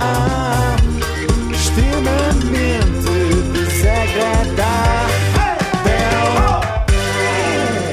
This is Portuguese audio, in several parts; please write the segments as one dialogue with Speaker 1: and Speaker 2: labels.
Speaker 1: Ah, extremamente desagradável.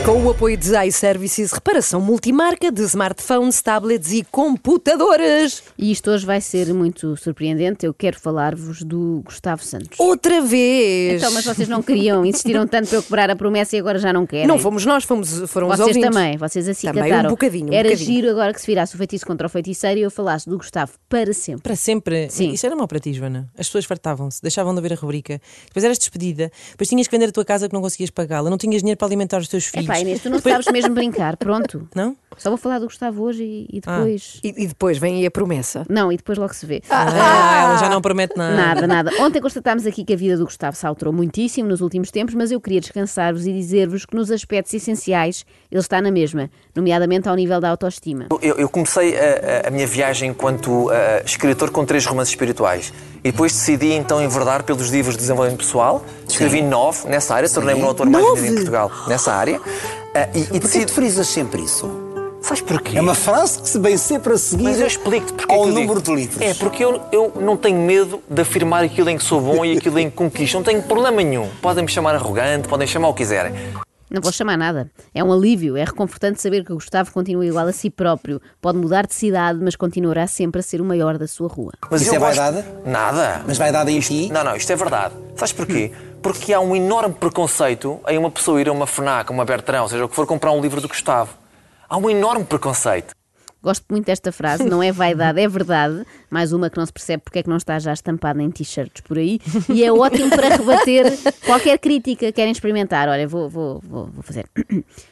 Speaker 2: Com o apoio de ZAI Services, reparação multimarca de smartphones, tablets e computadores.
Speaker 3: E isto hoje vai ser muito surpreendente. Eu quero falar-vos do Gustavo Santos.
Speaker 2: Outra vez.
Speaker 3: Então, mas vocês não queriam, insistiram tanto para eu quebrar a promessa e agora já não querem.
Speaker 2: Não fomos nós, fomos, foram os
Speaker 3: Vocês
Speaker 2: ouvintes.
Speaker 3: também, vocês acicataram.
Speaker 2: Também, um bocadinho, um
Speaker 3: Era
Speaker 2: bocadinho.
Speaker 3: giro agora que se virasse o feitiço contra o feiticeiro e eu falasse do Gustavo para sempre.
Speaker 4: Para sempre.
Speaker 3: Sim.
Speaker 4: Isso era mau para ti, Joana. As pessoas fartavam-se, deixavam de ver a rubrica. Depois eras despedida, depois tinhas que vender a tua casa que não conseguias pagá-la, não tinhas dinheiro para alimentar os teus
Speaker 3: É
Speaker 4: filhos.
Speaker 3: pá, Inês, tu não sabes mesmo brincar, pronto.
Speaker 4: Não?
Speaker 3: Só vou falar do Gustavo hoje e, e
Speaker 2: Ah.
Speaker 3: depois.
Speaker 2: E, e depois vem aí a promessa.
Speaker 3: Não, e depois logo se vê.
Speaker 4: Ah, ela já não promete nada.
Speaker 3: Nada, nada. Ontem constatámos aqui que a vida do Gustavo se alterou muitíssimo nos últimos tempos, mas eu queria descansar-vos e dizer-vos que nos aspectos essenciais ele está na mesma, nomeadamente ao nível da autoestima.
Speaker 5: Eu, eu comecei a, a- a minha viagem enquanto ah, escritor com três romances espirituais. E depois decidi então enverdar pelos livros de desenvolvimento pessoal. Escrevi nove nessa área, tornei-me o autor mais vendido em Portugal nessa área. Ah, e- e
Speaker 6: Porquê
Speaker 5: decidi.
Speaker 6: tu frisas sempre isso?
Speaker 5: Sabes porquê?
Speaker 6: É uma frase que se bem sempre a seguir
Speaker 5: Mas eu explico-te porque
Speaker 6: ao
Speaker 5: é que eu
Speaker 6: número
Speaker 5: digo.
Speaker 6: de litros.
Speaker 5: É, porque eu, eu não tenho medo de afirmar aquilo em que sou bom e aquilo em que conquisto. Não tenho problema nenhum. Podem-me chamar arrogante, podem chamar o que quiserem.
Speaker 3: Não vou chamar nada. É um alívio, é reconfortante saber que o Gustavo continua igual a si próprio. Pode mudar de cidade, mas continuará sempre a ser o maior da sua rua.
Speaker 5: Mas
Speaker 6: Isso
Speaker 5: eu
Speaker 6: é
Speaker 5: gosto-
Speaker 6: vaidade?
Speaker 5: Nada.
Speaker 6: Mas vai dar em ti?
Speaker 5: Não, não, isto é verdade. Sabes porquê? Porque há um enorme preconceito em uma pessoa ir a uma FNAC, uma Bertrão, seja o que for, comprar um livro do Gustavo. Há um enorme preconceito.
Speaker 3: Gosto muito desta frase, não é vaidade, é verdade. Mais uma que não se percebe porque é que não está já estampada em t-shirts por aí. E é ótimo para rebater qualquer crítica. Querem experimentar? Olha, vou, vou, vou, vou fazer.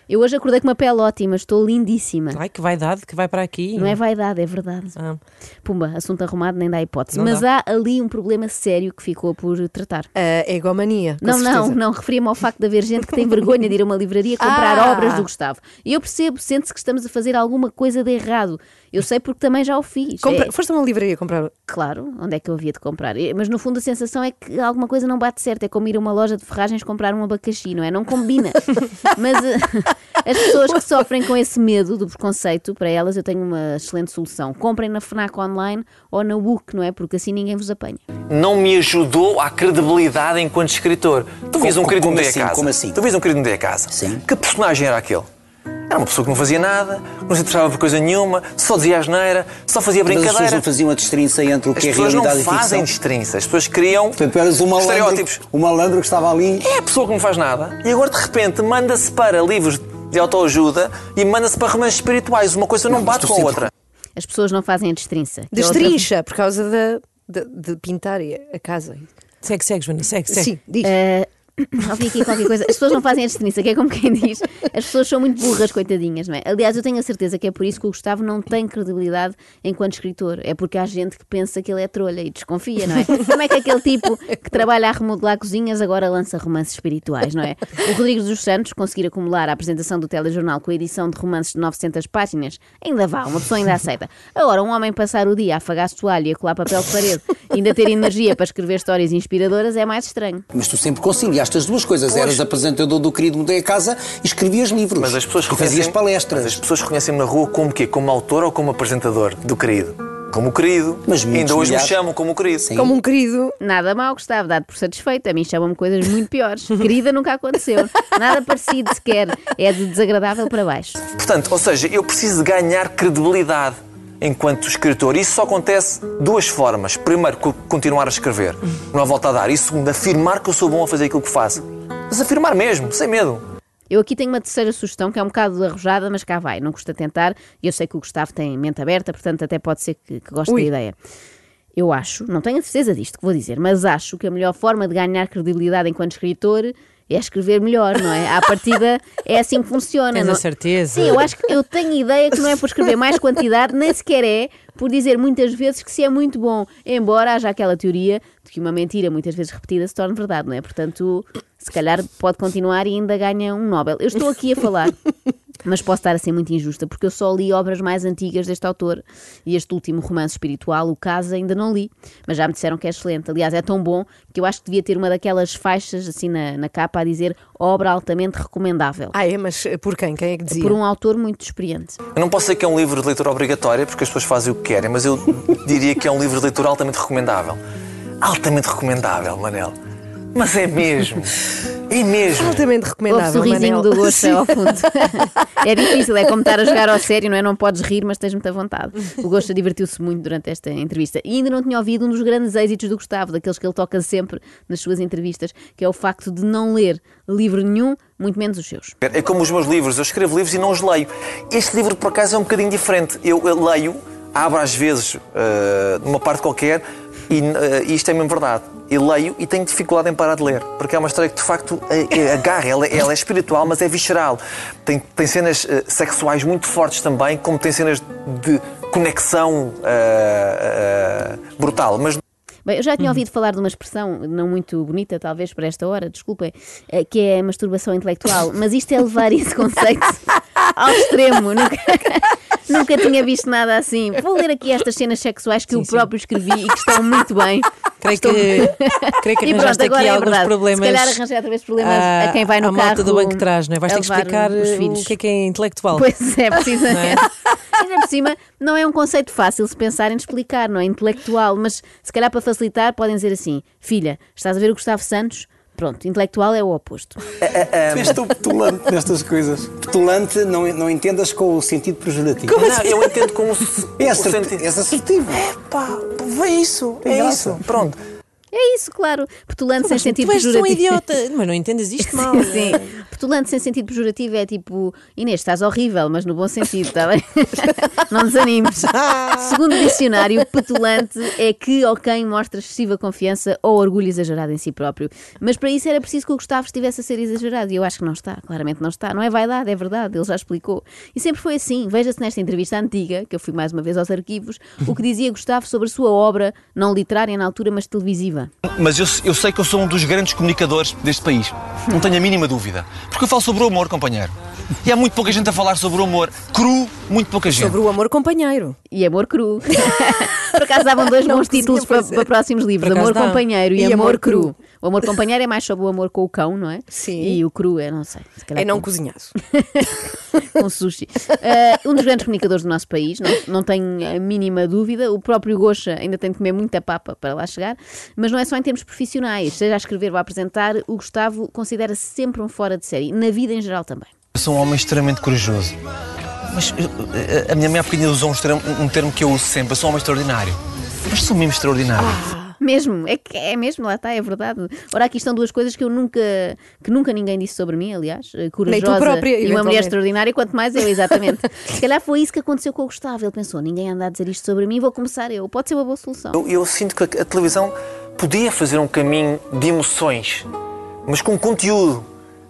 Speaker 3: Eu hoje acordei com uma pele ótima, estou lindíssima.
Speaker 4: Ai, que vaidade que vai para aqui.
Speaker 3: Não é vaidade, é verdade.
Speaker 4: Ah.
Speaker 3: Pumba, assunto arrumado, nem dá hipótese.
Speaker 4: Não
Speaker 3: Mas
Speaker 4: dá.
Speaker 3: há ali um problema sério que ficou por tratar.
Speaker 2: A egomania. com
Speaker 3: Não,
Speaker 2: certeza.
Speaker 3: não, não. Referi-me ao facto de haver gente que tem vergonha de ir a uma livraria comprar
Speaker 2: Ah!
Speaker 3: obras do Gustavo. E eu percebo, sente-se que estamos a fazer alguma coisa de errado. Eu sei porque também já o fiz.
Speaker 2: Compra-
Speaker 3: É,
Speaker 2: Foste a uma livraria comprar.
Speaker 3: claro, onde é que eu havia de comprar? E- Mas no fundo a sensação é que alguma coisa não bate certo. É como ir a uma loja de ferragens comprar um abacaxi, não é? Não combina. Mas eh, as pessoas que sofrem com esse medo do preconceito, para elas eu tenho uma excelente solução. Comprem na FNAC online ou na WUC, não é? Porque assim ninguém vos apanha.
Speaker 5: Não me ajudou à credibilidade enquanto escritor. Tu vis um
Speaker 6: Como-
Speaker 5: querido
Speaker 6: como
Speaker 5: no dia
Speaker 6: assim?
Speaker 5: a casa.
Speaker 6: Como assim?
Speaker 5: Tu vis um querido no dia a casa.
Speaker 6: Sim.
Speaker 5: Que personagem era aquele? Era uma pessoa que não fazia nada, não se interessava por coisa nenhuma, só dizia asneira, só fazia
Speaker 6: Mas as pessoas
Speaker 5: brincadeira.
Speaker 6: não faziam a distinção entre o
Speaker 5: As
Speaker 6: que é
Speaker 5: pessoas não
Speaker 6: realidade e
Speaker 5: fazem
Speaker 6: ficção.
Speaker 5: destrinças, as pessoas criam
Speaker 6: Portanto, tu eras um malandro,
Speaker 5: estereótipos.
Speaker 6: um malandro que estava ali.
Speaker 5: É a pessoa que não faz nada e agora de repente manda-se para livros de autoajuda e manda-se para romances espirituais. Uma coisa não,
Speaker 6: Não, mas
Speaker 5: bate
Speaker 6: tu
Speaker 5: com a
Speaker 6: sempre-
Speaker 5: outra.
Speaker 3: As pessoas não fazem a destrinça. que é outra-
Speaker 2: Destrincha por causa da, da- de pintar a casa.
Speaker 4: Segue, segue, Joana, segue, segue.
Speaker 2: Sim, diz.
Speaker 3: Eh, Ouvi aqui qualquer coisa. As pessoas não fazem a distinção, que é como quem diz. As pessoas são muito burras, coitadinhas, não é? Aliás, eu tenho a certeza que é por isso que o Gustavo não tem credibilidade enquanto escritor. É porque há gente que pensa que ele é trolha e desconfia, não é? Como é que aquele tipo que trabalha a remodelar cozinhas agora lança romances espirituais, não é? O Rodrigues dos Santos conseguir acumular a apresentação do telejornal com a edição de romances de 900 páginas, ainda vá, uma pessoa ainda aceita. Agora, um homem passar o dia a afagar toalha e a colar papel de parede, ainda ter energia para escrever histórias inspiradoras é mais estranho.
Speaker 6: Mas tu sempre conciliaste as duas coisas. Eras apresentador do querido Mudei a Casa e escrevias livros.
Speaker 5: Mas as pessoas
Speaker 6: e fazias
Speaker 5: reconhecem-
Speaker 6: palestras.
Speaker 5: Mas as pessoas reconhecem-me na rua como quê? Como autor ou como apresentador do querido? Como o querido.
Speaker 6: Mas muitos
Speaker 5: Ainda hoje me
Speaker 6: milhares-
Speaker 5: chamam como o querido.
Speaker 6: Sim.
Speaker 2: Como um querido.
Speaker 3: Nada mal, Gustavo, dado por satisfeito. A mim chamam-me coisas muito piores. Querida nunca aconteceu. Nada parecido sequer. É de desagradável para baixo.
Speaker 5: Portanto, ou seja, eu preciso de ganhar credibilidade enquanto escritor. Isso só acontece de duas formas. Primeiro, co- continuar a escrever, não há volta a dar. E segundo, afirmar que eu sou bom a fazer aquilo que faço. Mas afirmar mesmo, sem medo.
Speaker 3: Eu aqui tenho uma terceira sugestão que é um bocado arrojada, mas cá vai. Não custa tentar. E eu sei que o Gustavo tem mente aberta, portanto, até pode ser que, que goste
Speaker 2: Ui.
Speaker 3: da ideia. Eu acho, não tenho a certeza disto que vou dizer, mas acho que a melhor forma de ganhar credibilidade enquanto escritor é escrever melhor, não é? À partida é assim que funciona.
Speaker 4: Tens a
Speaker 3: não-
Speaker 4: certeza?
Speaker 3: Sim, eu acho que eu tenho ideia que não é por escrever mais quantidade, nem sequer é por dizer muitas vezes que se é muito bom, embora haja aquela teoria de que uma mentira muitas vezes repetida se torne verdade, não é? Portanto, se calhar pode continuar e ainda ganha um Nobel. Eu estou aqui a falar Mas posso estar a ser muito injusta, porque eu só li obras mais antigas deste autor e este último romance espiritual, O Caso, ainda não li, mas já me disseram que é excelente. Aliás, é tão bom que eu acho que devia ter uma daquelas faixas assim na, na capa a dizer obra altamente recomendável.
Speaker 2: Ah, é? Mas eh, por quem? Quem é que dizia?
Speaker 3: Por um autor muito experiente.
Speaker 5: Eu não posso dizer que é um livro de leitura obrigatória, porque as pessoas fazem o que querem, mas eu diria que é um livro de leitura altamente recomendável. Altamente recomendável, Manel. Mas é mesmo. É mesmo.
Speaker 2: Altamente
Speaker 3: Houve um
Speaker 2: recomendável,
Speaker 3: sorrisinho
Speaker 2: É Manel.
Speaker 3: do gosto
Speaker 2: Sim.
Speaker 3: ao fundo. é difícil, é como estar a jogar ao sério, não é? Não podes rir, mas tens muita vontade. O Gosta divertiu-se muito durante esta entrevista. E ainda não tinha ouvido um dos grandes êxitos do Gustavo, daqueles que ele toca sempre nas suas entrevistas, que é o facto de não ler livro nenhum, muito menos os seus.
Speaker 5: É como os meus livros, eu escrevo livros e não os leio. Este livro, por acaso, é um bocadinho diferente. Eu, eu leio, abro às vezes eh, numa parte qualquer, e eh, isto é mesmo verdade. Eu leio e tenho dificuldade em parar de ler, porque é uma história que de facto eh, eh, agarra, ela, ela é espiritual, mas é visceral. Tem, tem cenas eh, sexuais muito fortes também, como tem cenas de conexão eh, eh, brutal. Mas
Speaker 3: Bem, eu já
Speaker 4: Uhum.
Speaker 3: tinha ouvido falar de uma expressão não muito bonita, talvez por esta hora, desculpem, eh, que é masturbação intelectual, mas isto é levar esse conceito ao extremo. Nunca, nunca tinha visto nada assim. Vou ler aqui estas cenas sexuais que eu próprio escrevi e que estão muito bem.
Speaker 4: Creio que, creio que
Speaker 3: E pronto,
Speaker 4: arranjaste
Speaker 3: agora
Speaker 4: aqui
Speaker 3: é
Speaker 4: alguns
Speaker 3: verdade.
Speaker 4: problemas.
Speaker 3: Se calhar arranjei outra vez problemas
Speaker 4: à-
Speaker 3: a quem vai no
Speaker 4: à
Speaker 3: carro.
Speaker 4: malta do banco de trás, não é? Vais ter que
Speaker 3: a levar
Speaker 4: explicar
Speaker 3: os
Speaker 4: eh,
Speaker 3: filhos.
Speaker 4: o que é que é intelectual.
Speaker 3: Pois é, precisamente. Ainda por cima, não é um conceito fácil se pensarem de explicar, não é intelectual, mas se calhar para facilitar podem dizer assim: filha, estás a ver o Gustavo Santos? Pronto, intelectual é o oposto.
Speaker 6: Tu és tão um petulante nestas coisas. Petulante, não, não entendas com o sentido pejorativo.
Speaker 5: não, eu entendo como se-
Speaker 6: É,
Speaker 5: o
Speaker 6: assert-
Speaker 5: sentido.
Speaker 6: és assertivo.
Speaker 5: Pá, vê isso, é
Speaker 6: graça.
Speaker 5: isso. Pronto.
Speaker 3: É isso, claro. Petulante sem sentido
Speaker 4: tu és um
Speaker 3: pejorativo.
Speaker 4: idiota, mas não entendes isto mal.
Speaker 3: Sim, É. petulante sem sentido pejorativo é tipo Inês, estás horrível, mas no bom sentido, está bem? Não desanimes. Segundo o dicionário, petulante é que ou quem mostra excessiva confiança ou orgulho exagerado em si próprio. Mas para isso era preciso que o Gustavo estivesse a ser exagerado e eu acho que não está, claramente não está. Não é vaidade, é verdade, ele já explicou. E sempre foi assim. Veja-se nesta entrevista antiga, que eu fui mais uma vez aos arquivos, o que dizia Gustavo sobre a sua obra, não literária na altura, mas televisiva.
Speaker 7: Mas eu, eu sei que eu sou um dos grandes comunicadores deste país. Não tenho a mínima dúvida. Porque eu falo sobre o amor, companheiro. E há muito pouca gente a falar sobre o amor. Cru, muito pouca gente.
Speaker 2: Sobre o amor companheiro.
Speaker 3: e Amor Cru. Por acaso davam dois
Speaker 2: Não
Speaker 3: bons
Speaker 2: tinha,
Speaker 3: títulos para,
Speaker 2: pois é.
Speaker 3: para próximos livros:
Speaker 4: Por acaso
Speaker 3: Amor
Speaker 4: dá.
Speaker 3: Companheiro e,
Speaker 2: E
Speaker 3: amor,
Speaker 2: Amor
Speaker 3: cru.
Speaker 2: Cru.
Speaker 3: O amor companheiro é mais sobre o amor com o cão, não é?
Speaker 2: Sim.
Speaker 3: E o cru é, não sei. Se calhar
Speaker 2: É não
Speaker 3: com-
Speaker 2: cozinhado.
Speaker 3: com sushi. Eh, um dos grandes comunicadores do nosso país, não, não tenho a mínima dúvida. O próprio Gosha ainda tem de comer muita papa para lá chegar, mas não é só em termos profissionais. Seja a escrever ou a apresentar, o Gustavo considera-se sempre um fora de série, na vida em geral também.
Speaker 7: Eu sou um homem extremamente corajoso. Mas eh, a minha mãe há bocadinho usou um, extremo- um termo que eu uso sempre. Eu sou um homem extraordinário. Mas sou mesmo extraordinário.
Speaker 3: Mesmo, é que é mesmo, lá está, é verdade. Ora, aqui estão duas coisas que eu nunca, que nunca ninguém disse sobre mim, aliás, eh, corajosa
Speaker 2: própria,
Speaker 3: e uma mulher
Speaker 2: eventualmente.
Speaker 3: extraordinária, quanto mais eu, exatamente. Se calhar foi isso que aconteceu com o Gustavo. Ele pensou, ninguém anda a dizer isto sobre mim, vou começar eu. Pode ser uma boa solução.
Speaker 5: Eu, eu sinto que a, a televisão podia fazer um caminho de emoções, mas com conteúdo.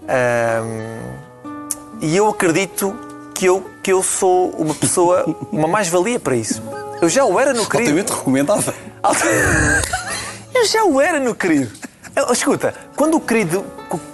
Speaker 5: Ahm, e eu acredito que eu, que eu sou uma pessoa, uma mais-valia para isso. Eu já o era no querido.
Speaker 6: Altamente recomendável.
Speaker 5: Eu já o era no querido. Eu- escuta, quando o querido,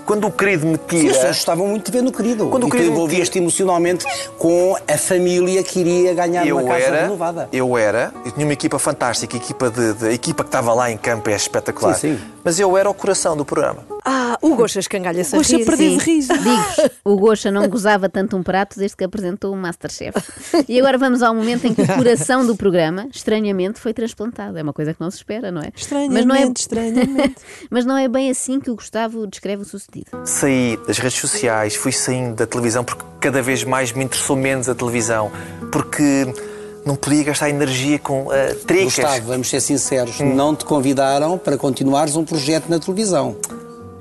Speaker 5: quando o querido me
Speaker 6: Sim, um as
Speaker 5: tira.
Speaker 6: pessoas gostavam muito de ver no querido.
Speaker 5: É. Quando o
Speaker 6: e tu
Speaker 5: querido-
Speaker 6: envolvias-te emocionalmente com a família que iria ganhar uma casa renovada.
Speaker 5: Eu era, eu tinha uma equipa fantástica, equipa de, de- a equipa que estava lá em campo é espetacular.
Speaker 6: Sim, sim.
Speaker 5: Mas eu era o coração do programa.
Speaker 2: Ah, o Gosta escangalha-se a
Speaker 4: Poxa,
Speaker 2: rir.
Speaker 4: perdi de
Speaker 2: Sim.
Speaker 4: riso.
Speaker 3: Digo-vos, o Gosha não gozava tanto um prato desde que apresentou o Masterchef. E agora vamos ao momento em que o coração do programa, estranhamente, foi transplantado. É uma coisa que não se espera, não é? Mas não é,
Speaker 4: Estranhamente, estranhamente.
Speaker 3: mas não é bem assim que o Gustavo descreve o sucedido.
Speaker 5: saí das redes sociais, fui saindo da televisão porque cada vez mais me interessou menos a televisão, porque não podia gastar energia com ah, tricas.
Speaker 6: Gustavo, vamos ser sinceros,
Speaker 5: Hum.
Speaker 6: não te convidaram para continuares um projeto na televisão.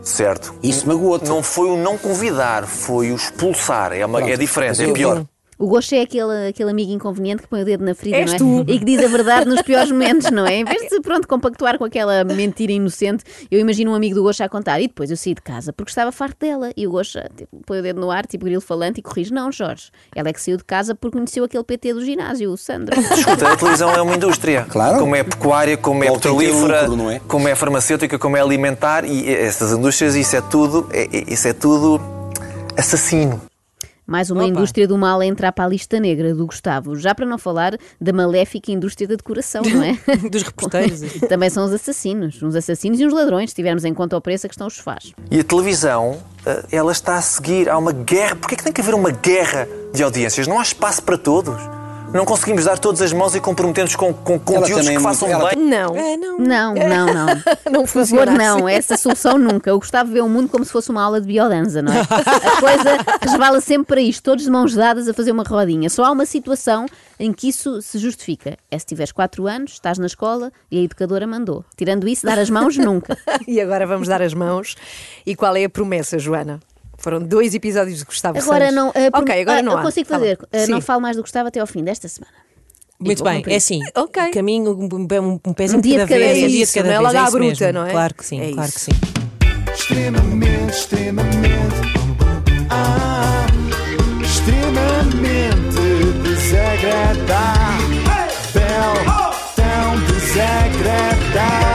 Speaker 5: Certo.
Speaker 6: Isso magoou-te.
Speaker 5: Não foi o não convidar, foi o expulsar. É, uma, é
Speaker 6: Pronto.
Speaker 5: diferente,
Speaker 6: Mas
Speaker 5: é
Speaker 6: eu-
Speaker 5: pior.
Speaker 3: O gosto é aquele, aquele amigo inconveniente que põe o dedo na ferida,
Speaker 2: És
Speaker 3: não é?
Speaker 2: tu.
Speaker 3: E que diz a verdade nos piores momentos, não é? Em vez de, pronto, compactuar com aquela mentira inocente, eu imagino um amigo do Gosto a contar. E depois eu saí de casa porque estava farto dela. E o Gosto tipo, põe o dedo no ar, tipo grilo falante, e corrige: Não, Jorge, ela é que saiu de casa porque conheceu aquele PT do ginásio, o Sandro.
Speaker 5: Escuta, a televisão é uma indústria.
Speaker 6: Claro.
Speaker 5: Como é pecuária, como é
Speaker 6: Ou tem que ter
Speaker 5: petrolífera,
Speaker 6: lucro, não é?
Speaker 5: como é farmacêutica, como é alimentar, e essas indústrias, isso é tudo, é- é- isso é tudo assassino.
Speaker 3: Mais uma
Speaker 4: Opa.
Speaker 3: indústria do mal a entrar para a lista negra do Gustavo. Já para não falar da maléfica indústria da decoração, não é?
Speaker 4: Dos reporteiros.
Speaker 3: Também são os assassinos. Uns assassinos e uns ladrões, se tivermos em conta o preço a que estão os faz.
Speaker 5: E a televisão, eh, ela está a seguir. Há uma guerra. Porquê é que tem que haver uma guerra de audiências? Não há espaço para todos. Não conseguimos dar todas as mãos e comprometer-nos com, com conteúdos
Speaker 6: também é
Speaker 5: que
Speaker 6: muito-
Speaker 5: façam
Speaker 6: ela
Speaker 5: bem.
Speaker 2: Não.
Speaker 4: É, não.
Speaker 3: Não, não, não.
Speaker 2: Não
Speaker 3: Por favor,
Speaker 2: funciona assim.
Speaker 3: não. Essa solução nunca. O Gustavo vê o mundo como se fosse uma aula de biodança, não é? A coisa resvala sempre para isto, todos de mãos dadas a fazer uma rodinha. Só há uma situação em que isso se justifica. É se tiveres 4 anos, estás na escola e a educadora mandou. Tirando isso, dar as mãos nunca.
Speaker 2: E agora vamos dar as mãos. E qual é a promessa, Joana? Foram dois episódios de Gustavo
Speaker 3: Agora
Speaker 2: Santos.
Speaker 3: não. eh, por-
Speaker 2: ok, agora
Speaker 3: ah,
Speaker 2: não
Speaker 3: Eu
Speaker 2: há.
Speaker 3: consigo
Speaker 2: Fala.
Speaker 3: fazer. Eh, não
Speaker 2: Sim.
Speaker 3: falo mais do Gustavo até ao fim desta semana.
Speaker 4: Muito
Speaker 3: Digo,
Speaker 4: bem,
Speaker 3: cumpri.
Speaker 4: é assim.
Speaker 2: Ok.
Speaker 4: Caminho, um, um, pé- um pezinho
Speaker 3: Um dia de cada
Speaker 4: vez,
Speaker 3: vez.
Speaker 4: um dia de
Speaker 2: Isso,
Speaker 4: cada
Speaker 2: não é
Speaker 4: vez.
Speaker 2: logo à
Speaker 4: isso
Speaker 2: bruta,
Speaker 4: mesmo.
Speaker 2: não é?
Speaker 4: Claro que sim,
Speaker 2: É
Speaker 4: claro
Speaker 2: isso.
Speaker 4: que sim.
Speaker 1: extremamente, extremamente, ah, extremamente desagradável, tão desagradável.